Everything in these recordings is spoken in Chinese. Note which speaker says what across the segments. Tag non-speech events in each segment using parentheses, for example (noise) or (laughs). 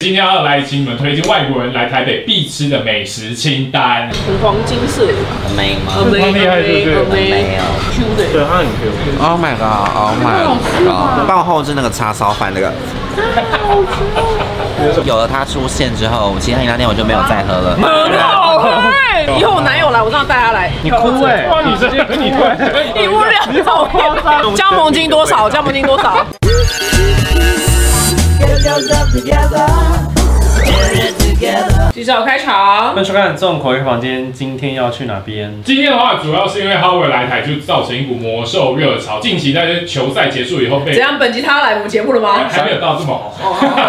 Speaker 1: 今天要来请你们推荐外国人来台北必吃的美食清单。
Speaker 2: 很黄金色的，
Speaker 3: 美吗
Speaker 2: 很
Speaker 1: 蛮厉害的对
Speaker 2: 很
Speaker 3: 没有
Speaker 2: Q 的，
Speaker 4: 对，它很 Q。
Speaker 3: ？Oh my god！Oh Oh my god！爆后是那个叉烧饭那个。有了它出现之后，其他饮料店我就没有再喝了。
Speaker 2: 很好喝哎。以后我男友来，我让他带他来。
Speaker 4: 你哭哎、
Speaker 1: 哇，你
Speaker 2: (laughs)
Speaker 1: 这你
Speaker 2: 一
Speaker 1: 对，
Speaker 2: 目了然，加盟金多少？加盟金多少？ (laughs) 记者开场，
Speaker 4: 欢迎收看《重口味房间》，今天要去哪边？
Speaker 1: 今天的话，主要是因为 Howard 来台，就造成一股魔兽热潮。近期在球赛结束以后被
Speaker 2: 怎样？本哦集他来我们节目了吗？
Speaker 1: 还没有到这么好，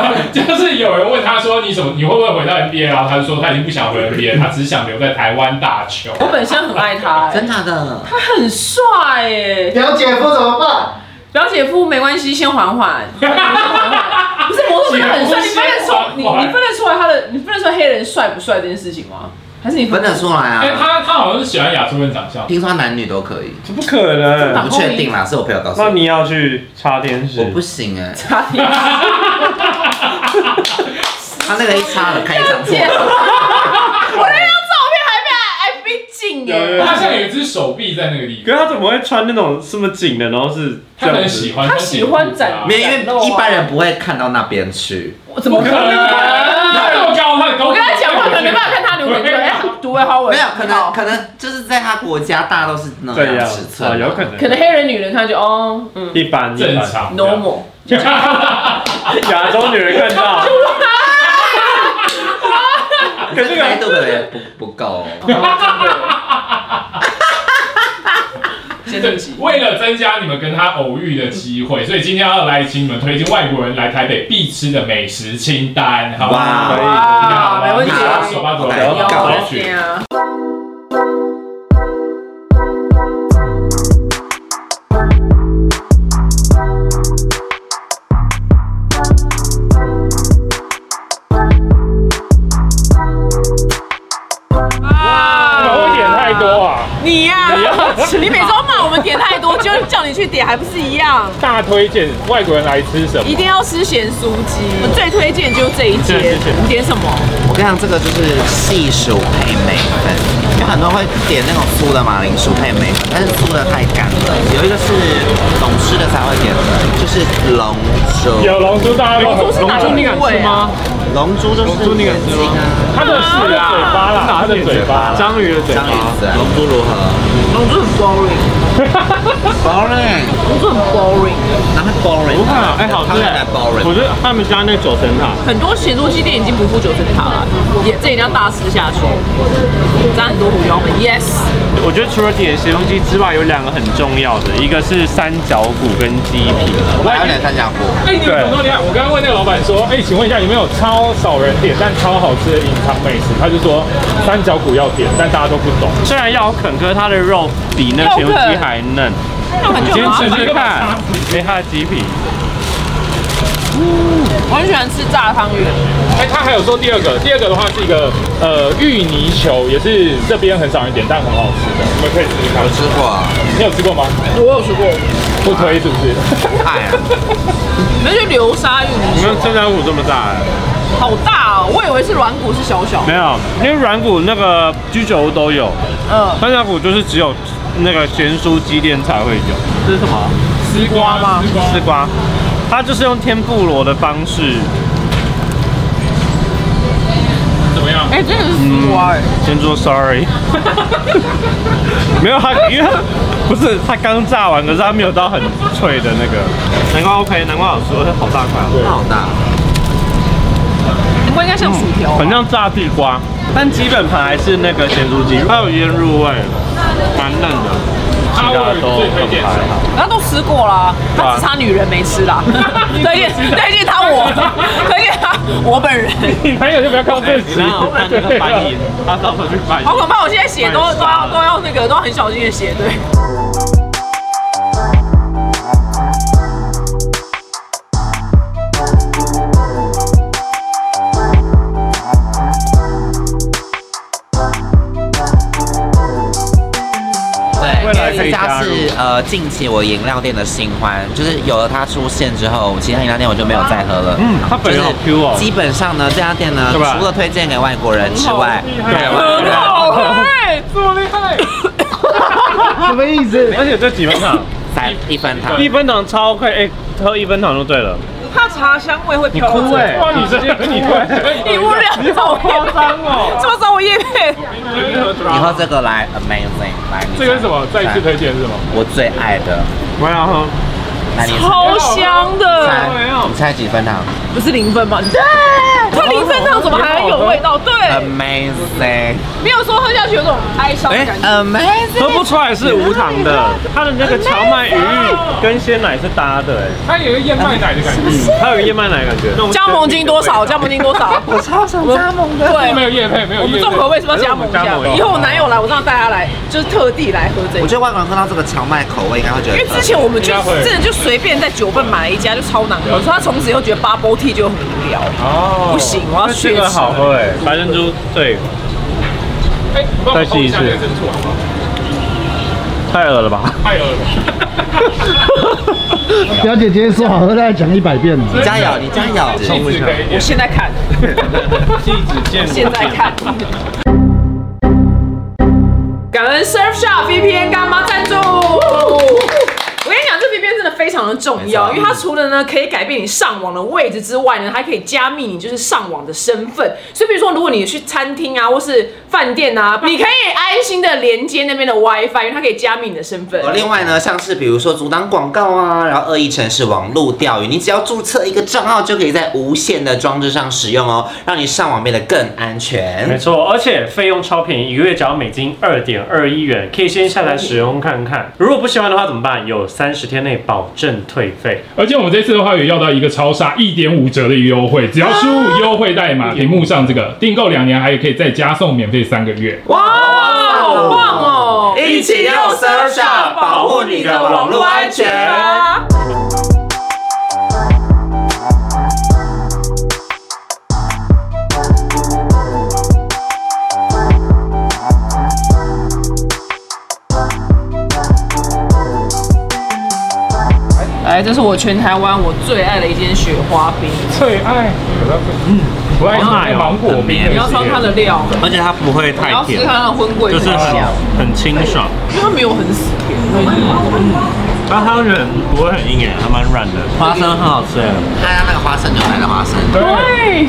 Speaker 1: (laughs) 就是有人问他说：“你怎么你会不会回到 NBA？” 然后他就说他已经不想回 NBA，他只想留在台湾打球。
Speaker 2: 我本身很爱他，哎
Speaker 3: 真的假的？
Speaker 2: 他很帅哎。
Speaker 5: 表姐夫怎么办？
Speaker 2: 表姐夫没关系，先缓
Speaker 3: (laughs)
Speaker 2: 缓。先缓缓不是魔术真的很帅，你分得出你你分得出来他的，你分得出来黑人帅不帅这件事情吗？还是你
Speaker 3: 分得 (laughs) 出来
Speaker 1: 哎，
Speaker 3: 啊？
Speaker 1: 他他好像是喜欢亚洲人长
Speaker 2: (laughs)
Speaker 1: 相，
Speaker 3: 听说男女都可以，
Speaker 4: 这不可能。
Speaker 3: 我不确定啦，是我朋友告诉
Speaker 4: 那
Speaker 3: 我。
Speaker 4: 你要去插电视？
Speaker 3: 我不行 (laughs) 哎，
Speaker 2: 差点
Speaker 3: 他那个一插了开一张
Speaker 2: 见
Speaker 3: 错。
Speaker 2: 了。 (laughs) 我那张照片还被 FB 禁耶。
Speaker 1: 他像有一只手臂在那个地
Speaker 4: 可
Speaker 1: 方，
Speaker 4: 是他怎么会穿那种这么紧的，然后是这
Speaker 1: 他
Speaker 4: 样
Speaker 1: 很
Speaker 4: 子
Speaker 1: 喜欢
Speaker 2: 他喜欢展
Speaker 1: 啊
Speaker 3: 没有，因为一般人不会看到那边去。
Speaker 2: 我怎么
Speaker 1: 不
Speaker 2: 可
Speaker 1: 可能，
Speaker 2: 能？
Speaker 1: 他那么高，他的高度
Speaker 2: 我跟他讲话可能没办法看他留
Speaker 3: (laughs)
Speaker 2: 言，对，哎，独为好伟，
Speaker 3: 没有，可能可能就是在他国家，大家都是那
Speaker 4: 这
Speaker 3: 样
Speaker 4: 样
Speaker 3: 尺
Speaker 4: 啊，
Speaker 3: 寸。
Speaker 4: 有可能。
Speaker 2: 可能黑人女人看就哦，
Speaker 3: (laughs)
Speaker 2: 嗯
Speaker 4: 一般一
Speaker 1: 正
Speaker 4: 般，
Speaker 1: 常这样
Speaker 2: ，normal。
Speaker 4: 亚洲女人更
Speaker 3: (laughs)
Speaker 4: 大。可是
Speaker 3: 这个态
Speaker 4: 这
Speaker 3: 度可能也不不够。
Speaker 2: 先
Speaker 1: 对
Speaker 2: 自己，
Speaker 1: 为了增加你们跟他偶遇的机会，所以今天要来请你们推荐外国人来台北必吃的美食清单，好
Speaker 3: 哇
Speaker 1: 吧？
Speaker 2: 哇，没问题。
Speaker 1: 手手把手
Speaker 3: 来
Speaker 1: 手
Speaker 3: 搞
Speaker 1: 把
Speaker 3: 回
Speaker 1: 手去。
Speaker 2: 啊！
Speaker 4: 个会点太多啊！
Speaker 2: 你呀、你每周骂我们点太多，就叫你去点，还不是一样？
Speaker 4: 大推荐外国人来吃什
Speaker 2: 一定要吃咸酥鸡，我最推荐就是这一间。你点什么？
Speaker 3: 我跟你讲，这个就是细数配梅粉，有很多人会点那种酥的马铃薯配梅粉，但是酥的太干了。有一个是懂吃的才会点的，就是龙珠。
Speaker 4: 有龙珠，大家
Speaker 2: 龙珠是哪一位啊？
Speaker 3: 龙珠就是龙珠你敢吃吗？
Speaker 4: 他的是嘴巴啦，他的嘴巴，章鱼的嘴
Speaker 3: 章鱼子啊，龙珠如何？
Speaker 2: 龙珠很 boring， (laughs)
Speaker 3: boring，
Speaker 2: 龙珠很 boring。
Speaker 3: 哪会 boring？啊
Speaker 4: 哎
Speaker 2: 哎
Speaker 3: 他们才 boring。
Speaker 4: 觉得他们家那九层塔，
Speaker 2: 很多咸酥鸡店已经不付九层塔了，也这一定要大吃下去。沾很多胡椒粉，yes。
Speaker 4: 我觉得除了点咸酥鸡之外，有两个很重要的，一个是三角骨跟鸡皮。
Speaker 3: 我还有点三角骨，
Speaker 6: 哎、你们怎么厉害？我刚刚问那个老板说，哎、请问一下有没有超少人点但超好吃的隐藏美食？他就说三角骨要点，但大家都不懂。
Speaker 4: 虽然要啃，可是它的肉比那个咸酥鸡还嫩。
Speaker 2: 那很
Speaker 4: 你
Speaker 2: 就很麻
Speaker 4: 先吃
Speaker 2: 烦。
Speaker 4: 吃看，没它的鸡皮。
Speaker 2: 我很喜欢吃炸汤圆，
Speaker 6: 哎、他还有说第二个，第二个的话是一个呃芋泥球，也是这边很少人点，但很好吃的，你们可以试试看
Speaker 3: 我。吃过啊，
Speaker 6: 你有吃过吗？
Speaker 2: 我有吃过，
Speaker 6: 不推是不是？
Speaker 3: 爱啊，
Speaker 2: 那就流沙芋泥
Speaker 4: 你
Speaker 1: 嗯
Speaker 2: 球
Speaker 4: 们，三角骨这么啊大？
Speaker 2: 好大哦！我以为是软骨，是小小。
Speaker 4: 没有，因为软骨那个居酒屋都有，
Speaker 2: 嗯，
Speaker 4: 三角骨就是只有那个咸酥鸡店才会有。这是什么？
Speaker 1: 丝瓜吗？丝瓜
Speaker 4: 丝瓜，它就是用天妇罗的方式，
Speaker 1: 怎么样？
Speaker 2: 哎，真的是丝瓜哎。
Speaker 4: 先说 sorry。没有它，因为它不是它刚炸完，可是它没有到很脆的那个。南瓜 OK，南瓜好吃，而且好大块哦，
Speaker 3: 好大。
Speaker 1: 嗯
Speaker 2: 不过应该像薯条吧，
Speaker 4: 很像炸地瓜，但基本盘还是那个咸猪鸡，它有腌入味，蛮嫩的。其他都很还好。
Speaker 2: 他都吃过啦，
Speaker 1: 啊
Speaker 2: 他只差女人没
Speaker 1: (laughs)
Speaker 2: 吃啦。推荐推荐他我，推荐他我本人，
Speaker 6: 你朋友就不要靠自己。
Speaker 4: 翻译，他到时候去翻译。
Speaker 2: 好可怕！我现在写都都要都要那个都很小心的写，对。
Speaker 3: 对，
Speaker 4: 未来可以
Speaker 3: 家
Speaker 4: 加入
Speaker 3: 是呃近期我饮料店的新欢，就是有了它出现之后，其他饮料店我就没有再喝了。
Speaker 4: 嗯它本人好 Q 哦
Speaker 3: 就是基本上呢，这家店呢，
Speaker 4: 是吧
Speaker 3: 除了推荐给外国人之外，
Speaker 1: 很好
Speaker 3: 对
Speaker 2: 很好哎喝，
Speaker 1: 啊这么厉
Speaker 2: (laughs)
Speaker 1: 害，
Speaker 4: 什么意思？ (laughs) 而且这几分糖，
Speaker 3: 三一分糖。
Speaker 4: 一分糖超快，哎、喝一分糖就对了。
Speaker 2: 怕茶香味会
Speaker 4: 你
Speaker 2: 飘。
Speaker 4: 哭哎、
Speaker 1: 哇，你
Speaker 4: (laughs)
Speaker 1: 这你
Speaker 2: 欸你
Speaker 1: 对，
Speaker 2: 无聊，找我叶
Speaker 1: 脏哦
Speaker 2: 怎么找我叶配？
Speaker 3: 你喝这个来，amazing，来。你
Speaker 1: 这个是什么？再次推荐是吗？
Speaker 3: 我最爱的，
Speaker 4: 我要喝，
Speaker 3: 那你
Speaker 2: 超香
Speaker 3: 猜
Speaker 2: 的，
Speaker 3: 你猜几分糖
Speaker 2: 不是零分吗？对，它零分糖怎么还有味道？对，
Speaker 3: ？Amazing，
Speaker 2: 没有说喝下去有种哀伤的
Speaker 4: 哎
Speaker 2: 感觉。
Speaker 3: amazing，
Speaker 4: 喝不出来是无糖的，
Speaker 2: (laughs)
Speaker 4: 它的那个荞麦鱼跟鲜奶是搭的
Speaker 7: 哎
Speaker 1: 它有一个燕麦奶的感觉，
Speaker 2: 嗯
Speaker 4: 哎、还有燕麦奶的感觉。
Speaker 2: 加盟金多 (laughs) 少？加盟金多少？我超想加盟的。对
Speaker 1: 没，有叶配，没有
Speaker 2: 我们
Speaker 1: 叶
Speaker 2: 重口
Speaker 1: 配。
Speaker 2: 味是不是要加盟一
Speaker 4: 加
Speaker 2: 下
Speaker 4: 盟一？下
Speaker 2: 以后我男友来，我让他带他来，就是特地来喝这
Speaker 3: 我
Speaker 2: 个
Speaker 3: 觉。得外国人喝到这个荞麦口味应该会觉得
Speaker 2: 因为
Speaker 3: 很棒。
Speaker 2: 之前我们就
Speaker 1: 应该会
Speaker 2: 真的就随便在酒吧买了一家，就超难喝。所以他从此以后觉得 bubble tea 就很无聊，
Speaker 1: 哦
Speaker 2: 不，行，我要
Speaker 4: 那
Speaker 2: 学
Speaker 4: 这个好喝哎、白珍珠对，
Speaker 1: 哎，你帮我试一下这个珍珠好吗？
Speaker 4: 太恶了吧？
Speaker 1: 太有了，
Speaker 5: 表姐今天说好喝，大概讲一百遍了。
Speaker 3: 你加油，你加油！
Speaker 1: 一直可以
Speaker 2: 我
Speaker 1: 点。
Speaker 2: 现在看，
Speaker 4: 地址见
Speaker 2: 现在看。感恩 Surfshark VPN 干妈赞助。我跟你讲，这 VPN 真的非常的重要，
Speaker 3: 没错
Speaker 2: 因为它除了呢可以改变你上网的位置之外呢，还可以加密你就是上网的身份。所以比如说，如果你去餐厅啊，或是饭店啊，你可以安心的连接那边的 WiFi，因为它可以加密你的身份。
Speaker 3: 哦，另外呢，像是比如说阻挡广告啊，然后恶意城市网络钓鱼，你只要注册一个账号就可以在无线的装置上使用哦，让你上网变得更安
Speaker 7: 没
Speaker 3: 全。
Speaker 7: 错，而且费用超便宜，一个月只要美金二点二一元，可以先下载使用看看。如果不喜欢的话怎么办？有三十天内保证退费。
Speaker 1: 而且我们这次的话有要到一个超杀一点五折的优惠，只要输入优惠代码，屏幕上这个订购两年还可以再加送免费三个月。
Speaker 2: 哇，好棒哦！
Speaker 3: 一起用 Surfshark 保护你的网络安全
Speaker 2: 哎，这是我全台湾我最爱的一间雪花冰，
Speaker 1: 最爱，嗯，我爱
Speaker 7: 哎
Speaker 1: 买芒果冰，
Speaker 2: 你要尝它的料，
Speaker 4: 哦而且它不会
Speaker 2: 你要
Speaker 4: 太
Speaker 2: 吃
Speaker 4: 甜
Speaker 2: 它，那荤桂
Speaker 4: 就是
Speaker 2: 粉
Speaker 4: 很
Speaker 2: 香，
Speaker 4: 很清爽，
Speaker 2: 因为它没有很死甜。
Speaker 4: 然后它人不会很硬哎、还蛮软的。花生很好吃哎、
Speaker 3: 大家那个花生牛奶的花生，
Speaker 1: 对，
Speaker 2: 对，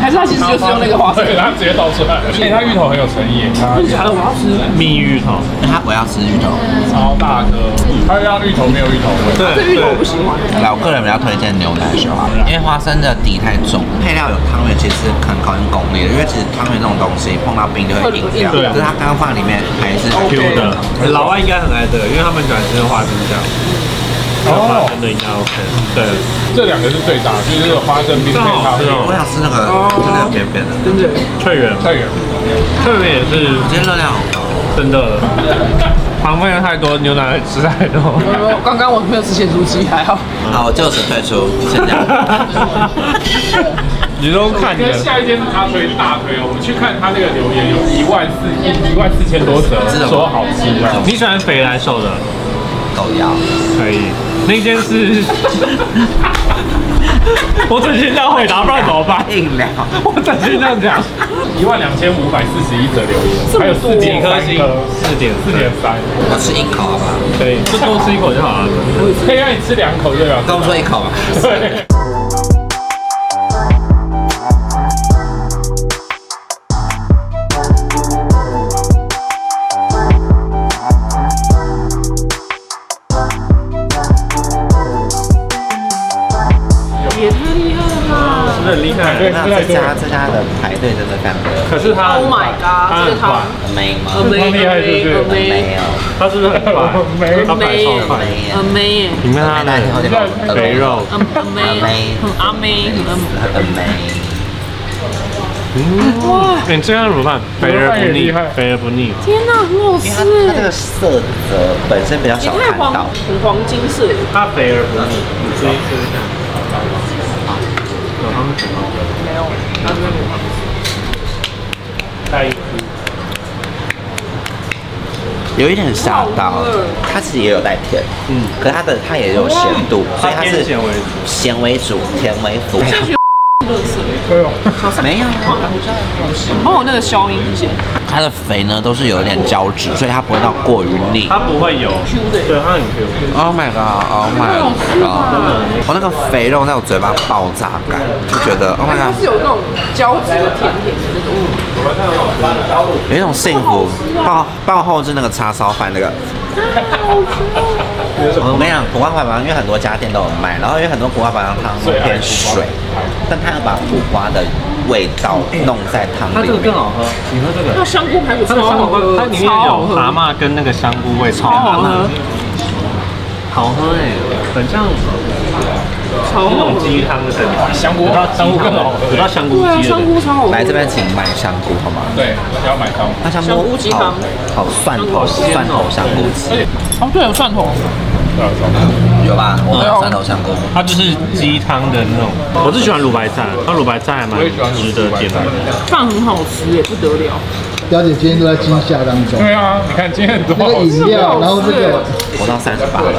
Speaker 2: 还是它其实就是用那个花生。
Speaker 1: 对，然后直接倒出来。哎，它芋头很有诚意，它
Speaker 2: 假的，我要吃。
Speaker 4: 蜜芋头，
Speaker 3: 他不要吃芋头。
Speaker 1: 超大颗，它让芋头没有芋头味。
Speaker 2: 这芋头我不喜欢。
Speaker 3: 老个人比较推荐牛奶雪花，啊因为花生的底太重，配料有汤圆其实很考验功力的，因为其实汤圆这种东西碰到冰就会硬掉，
Speaker 2: 对
Speaker 3: 可是它刚放里面还是
Speaker 4: Q 的，老外应该很爱这个，因为他们喜欢吃花生酱。花
Speaker 1: 哦，
Speaker 4: 生的应该 OK，对，
Speaker 1: 这两个是最大，就是这个花生冰配它
Speaker 4: 这好
Speaker 3: 我想吃那个那个扁扁的，
Speaker 4: 翠园，
Speaker 1: 太远，
Speaker 4: 翠园也是
Speaker 3: 我觉得热量好高。
Speaker 4: 真的，糖分太多，牛奶吃太多。 (laughs)
Speaker 2: 刚刚我没有吃咸猪鸡，还好。
Speaker 3: 好，我就此退出，就这
Speaker 4: (laughs)
Speaker 3: 样。
Speaker 4: 你都
Speaker 1: 我
Speaker 4: 看
Speaker 1: 觉得，
Speaker 4: 着
Speaker 1: 下一间是他推大推哦，我们去看他那个留言有一万四一一万四千多折，说好吃啊。
Speaker 4: 你喜欢肥来瘦的？
Speaker 3: 狗腰，
Speaker 4: 可以，那件
Speaker 5: (laughs)
Speaker 4: 是，我整天这样回答，不然怎么办？
Speaker 3: 硬聊。
Speaker 4: 我整天这样讲，
Speaker 1: 一万两千五百四十一则留言，还有四点三颗，
Speaker 4: 四点
Speaker 1: 四点三，
Speaker 3: 我吃一口好不好？
Speaker 4: 可以，就多吃一口就好了。
Speaker 1: 可以让你吃两口对
Speaker 4: (laughs)
Speaker 1: 吧？
Speaker 3: 跟我说一口吧。
Speaker 1: 对。
Speaker 4: 真的很厉害，
Speaker 1: 对
Speaker 3: 那这家这家的排队真的干得
Speaker 4: 可是他
Speaker 2: Oh my god！这个汤
Speaker 3: 美吗？
Speaker 2: amazing，
Speaker 1: 厉害是不是
Speaker 2: amazing，
Speaker 3: 没有，
Speaker 4: 他是不是很快？
Speaker 1: 没
Speaker 4: 他白超快，
Speaker 3: 没有。
Speaker 2: amazing，
Speaker 4: 你看
Speaker 3: 那
Speaker 4: 他
Speaker 3: 以后
Speaker 4: 的
Speaker 3: 就把我
Speaker 4: 肥肉，
Speaker 2: amazing，amazing，amazing，
Speaker 3: 很美。
Speaker 4: 你这样怎么办？肥
Speaker 1: 这个
Speaker 4: 而不腻
Speaker 1: 饭也厉害，
Speaker 4: 肥而不腻。
Speaker 2: 天哪，很好
Speaker 3: 因为
Speaker 2: 吃
Speaker 3: 它它这个色泽本身比较
Speaker 2: 也
Speaker 3: 少
Speaker 2: 太
Speaker 3: 看
Speaker 2: 黄，
Speaker 3: 到，
Speaker 2: 很黄金色。
Speaker 4: 它肥而不腻，你吃一吃一下。有他们什么？没有，他这边没有。再一次。
Speaker 3: 有一点吓到，它其实也有带甜，嗯，可是它的它也有咸度，所以它是
Speaker 4: 它偏咸为主
Speaker 3: 咸为主，甜为辅。没有，啊
Speaker 2: 哦，那个消音是
Speaker 3: 它的肥呢都是有一点胶质，所以它不会到过于腻。
Speaker 4: 它不会有，对，它很 Q。
Speaker 3: Oh my god! Oh my god! 我那个肥肉在我嘴巴爆炸感，就觉得 Oh my
Speaker 2: 它
Speaker 3: god，
Speaker 2: 是有那种胶质的甜甜的那种。
Speaker 3: 有一种幸福。爆爆后是那个叉烧饭那个。我跟你讲，苦瓜白糖因为很多家店都有卖，然后因为很多苦瓜白糖汤会偏水，但它要把苦瓜的味道弄在汤里面。
Speaker 4: 好喝，你喝这个
Speaker 2: 那香菇排骨
Speaker 4: 它
Speaker 2: 超
Speaker 4: 的香
Speaker 2: 好
Speaker 4: 菇
Speaker 2: 喝，
Speaker 4: 它里面
Speaker 2: 超好
Speaker 4: 有
Speaker 2: 喝
Speaker 4: 蛤蟆跟那个香菇味，超
Speaker 2: 好喝，
Speaker 4: 好喝哎，很像
Speaker 2: 超好
Speaker 4: 那种
Speaker 2: 喝。
Speaker 4: 鸡汤的香菇，
Speaker 6: 香菇更好喝
Speaker 4: 有到香菇
Speaker 2: 对啊，
Speaker 4: 鸡的
Speaker 2: 香
Speaker 4: 感觉。
Speaker 2: 菇超好喝。
Speaker 3: 来这边请买香菇好吗？
Speaker 6: 对，我要买汤。
Speaker 3: 那香
Speaker 2: 香菇
Speaker 3: 菇
Speaker 2: 鸡
Speaker 3: 好
Speaker 2: 汤
Speaker 3: 好蒜头蒜头香菇鸡
Speaker 2: 哦，对，有蒜头。
Speaker 3: (laughs) 有吧？
Speaker 2: 嗯
Speaker 3: 我们有蒜头香菇。
Speaker 4: 它就是鸡汤的那种，我是喜欢卤白菜，它卤白菜还蛮值得点的。
Speaker 2: 饭很好吃耶，不得了。
Speaker 5: 表姐今天都在惊吓当中，
Speaker 6: 对啊，你看今天很多
Speaker 5: 那个饮料，然后这个
Speaker 3: 我到三十八了，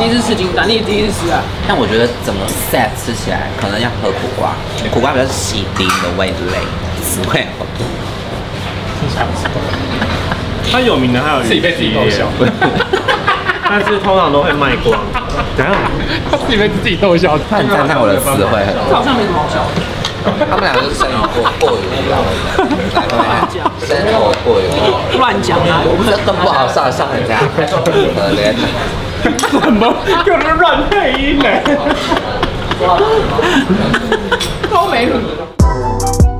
Speaker 2: 第一次吃金丹，你也第一次吃啊？
Speaker 3: 但我觉得整个 set 吃起来可能要喝苦瓜，苦瓜比较洗涤你的味蕾，滋味好多。
Speaker 4: 它有名的还有
Speaker 6: 自己被自己逗笑，
Speaker 4: 但是通常都会卖光。怎样？
Speaker 6: 自己被自己逗笑。
Speaker 3: 那你赞叹我的词
Speaker 8: 哦
Speaker 3: 汇很
Speaker 2: 这好像没什么好笑的。
Speaker 3: 他们两个是生活
Speaker 2: (laughs)
Speaker 3: 过于无聊的人，来来来生活过于无聊的人。
Speaker 2: 乱讲啊！
Speaker 3: 我们更不好上上人家，可怜。
Speaker 4: 怎么又是乱配音呢？
Speaker 2: 都没什么。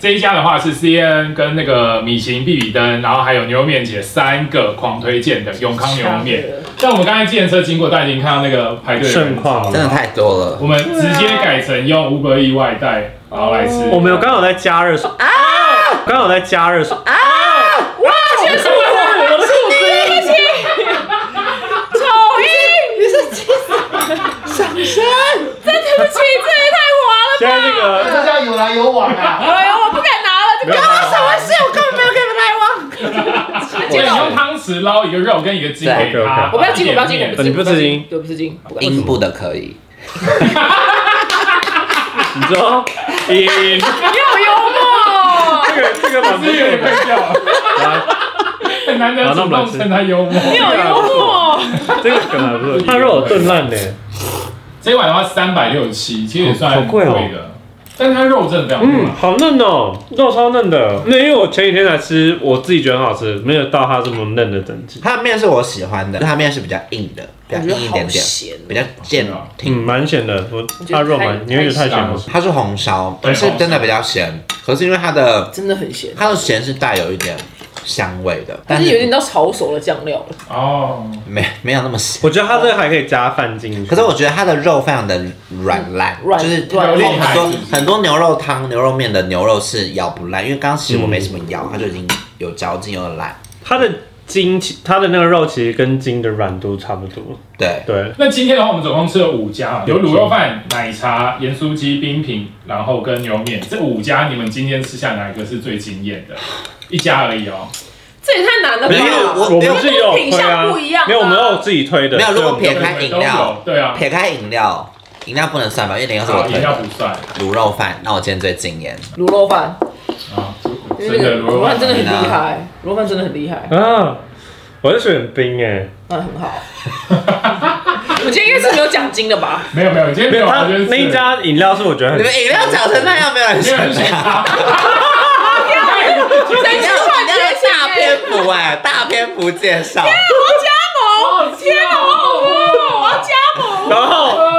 Speaker 1: 这一家的话是 C N 跟那个米其林必比登，然后还有牛肉面姐三个狂推荐的永康牛肉面。但我们刚才计程车经过，大家已经看到那个排队的人
Speaker 8: 盛况
Speaker 3: 真的太多了
Speaker 1: 我。们直接改成用五
Speaker 2: 啊
Speaker 1: 百亿外带，然后来吃。
Speaker 8: 哦我们有刚好在加热说啊，刚好在加热说啊，
Speaker 2: 哎抱歉，是我的，是你一起。丑一，你是气死！上身，真对不起，这也太滑了吧！
Speaker 8: 现在这个
Speaker 5: 大家有来有往啊。
Speaker 2: 哎呦，我不敢拿了，这关我什么事？我根本没有给你们来往。
Speaker 1: 对，你啊用汤匙捞一个肉跟一个鸡给
Speaker 8: 对
Speaker 1: 他，
Speaker 2: 我不要进，我不要进，我
Speaker 1: 一点面
Speaker 2: 不
Speaker 8: 你不
Speaker 2: 要进，
Speaker 8: 吃惊
Speaker 2: 对，我不吃惊。
Speaker 3: 硬部的可以，
Speaker 8: 你说你
Speaker 2: 又幽默，
Speaker 8: 这个这个蛮不
Speaker 1: 这个有点
Speaker 8: 错
Speaker 1: 快笑了，很难得
Speaker 8: 好那
Speaker 1: 主
Speaker 8: 我们来
Speaker 1: 动
Speaker 8: 吃
Speaker 1: 称他幽默。
Speaker 2: 又
Speaker 4: 哎
Speaker 2: 幽默，
Speaker 8: 的，这个蛮不错，它肉有炖烂的，
Speaker 1: 这一碗的话三百六十七，其实也
Speaker 8: 好
Speaker 1: 算
Speaker 8: 好贵哦
Speaker 1: 的，但它肉真的非常多
Speaker 8: 嗯，
Speaker 1: 啊。
Speaker 8: 好嫩哦，肉超嫩的。那因为我前几天才吃，我自己觉得很好吃，没有到它这么嫩的等级，
Speaker 3: 它的面是我喜欢的，它的面是比较硬的，比较硬一点
Speaker 2: 我觉得好
Speaker 3: 点
Speaker 2: 咸哦，
Speaker 3: 比较健
Speaker 8: 嗯，
Speaker 3: 挺。
Speaker 8: 蛮咸的。我
Speaker 2: 觉得
Speaker 8: 它肉
Speaker 2: 太
Speaker 8: 蛮，你会觉得太咸
Speaker 1: 太
Speaker 8: 了。
Speaker 3: 它是红烧，
Speaker 1: 对
Speaker 3: 是真的比较咸，可是因为它的
Speaker 2: 真的很咸，
Speaker 3: 它的咸是带有一点香味的，
Speaker 2: 但是有点到炒熟的酱料
Speaker 8: 嗯
Speaker 2: 了。
Speaker 1: 哦，
Speaker 3: 没没有那么咸。
Speaker 8: 我觉得它这个还可以加饭进去。
Speaker 3: 可是我觉得它的肉非常的软烂，
Speaker 2: 嗯软
Speaker 3: 就是
Speaker 2: 软
Speaker 3: 很
Speaker 1: 厉害
Speaker 3: 多很多牛肉汤、牛肉面的牛肉是咬不烂，因为刚其实我没什么咬，它就已经有嚼劲有烂。
Speaker 8: 它的筋其，它的那个肉其实跟筋的软度差不多。
Speaker 3: 对，
Speaker 8: 对，
Speaker 1: 那今天的话，我们总共吃了五家，有卤肉饭、奶茶、盐酥鸡、冰品，然后跟牛面，这五家你们今天吃下哪一个是最惊艳的？一家而已哦。
Speaker 2: 这也太难了吧？
Speaker 3: 没有我
Speaker 8: 我们自己有推
Speaker 2: 品相
Speaker 8: 啊
Speaker 2: 不一样啊，
Speaker 8: 没有，我们有自己推的。
Speaker 3: 没有
Speaker 8: 所
Speaker 3: 如果
Speaker 8: 以我们
Speaker 3: 撇开饮料
Speaker 1: 对都有对啊，
Speaker 3: 撇开饮料，饮料不能算吧，啊因为饮料是我
Speaker 1: 好，
Speaker 3: 推
Speaker 1: 饮料
Speaker 3: 的。
Speaker 1: 啊不算
Speaker 3: 卤肉饭，那我今天最惊艳。
Speaker 2: 卤肉饭，
Speaker 1: 啊，
Speaker 2: 因为那个
Speaker 1: 真的
Speaker 2: 卤肉饭真的很厉
Speaker 3: 很难
Speaker 2: 害，卤肉饭真的很厉害，
Speaker 8: 啊，我是选冰哎，
Speaker 2: 那很好。我今天应该是没有奖金的吧？
Speaker 1: 没有没有，今天没有啊，
Speaker 8: 它
Speaker 1: 就是
Speaker 8: 那一家饮料是我觉得
Speaker 3: 你
Speaker 8: 很
Speaker 3: 们饮料讲成那样，没有人
Speaker 1: 没有人选
Speaker 3: 想要。
Speaker 1: 它，
Speaker 2: 谁
Speaker 3: 饮料
Speaker 2: 吃饭
Speaker 3: 饮料
Speaker 2: 缺
Speaker 3: 大
Speaker 2: 钱？
Speaker 3: 篇幅哎，大篇幅介绍。
Speaker 2: 加盟，天啊，我好饿，我要加盟。
Speaker 8: 然
Speaker 1: 哦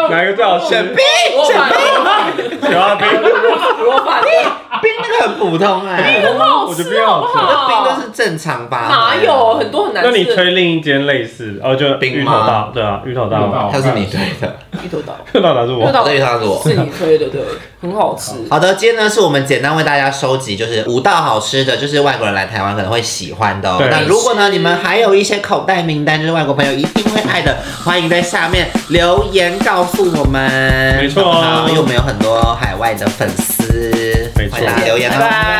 Speaker 8: 后哪一个最好吃？啊
Speaker 3: 选冰，
Speaker 2: 我
Speaker 3: 选
Speaker 2: 反
Speaker 3: 冰， (laughs)
Speaker 8: 雪花冰。
Speaker 2: 卤肉饭，
Speaker 3: 冰那个很不普通哎、
Speaker 2: 很好
Speaker 4: 我就不
Speaker 2: 吃，好
Speaker 4: 要
Speaker 2: 不
Speaker 4: 吃
Speaker 3: 那冰
Speaker 2: 好
Speaker 3: 都？是正常吧？
Speaker 2: 哪有很？多很难吃？
Speaker 4: 那你推另一间类似，哦，就
Speaker 3: 冰
Speaker 4: 芋头
Speaker 3: 吗
Speaker 4: 大，对啊，芋头大王，
Speaker 3: 他是你对的，
Speaker 2: 芋头岛，
Speaker 4: 芋头大是我
Speaker 2: 芋头。岛
Speaker 3: 对，他是我。
Speaker 2: 是你推的，对，很好吃。
Speaker 3: 好的，今天呢是我们简单为大家收集，就是五道好吃的，就是外国人来台湾可能会喜欢的、哦。
Speaker 4: 对
Speaker 3: 那如果呢
Speaker 2: 是
Speaker 3: 你们还有一些口袋名单，就是外国朋友一定会爱的，欢迎在下面留言告诉我们。
Speaker 4: 没错哦
Speaker 3: 好因为我们有很多海外的粉丝，
Speaker 4: 没错
Speaker 3: 欢迎大家留言哦。
Speaker 2: 拜拜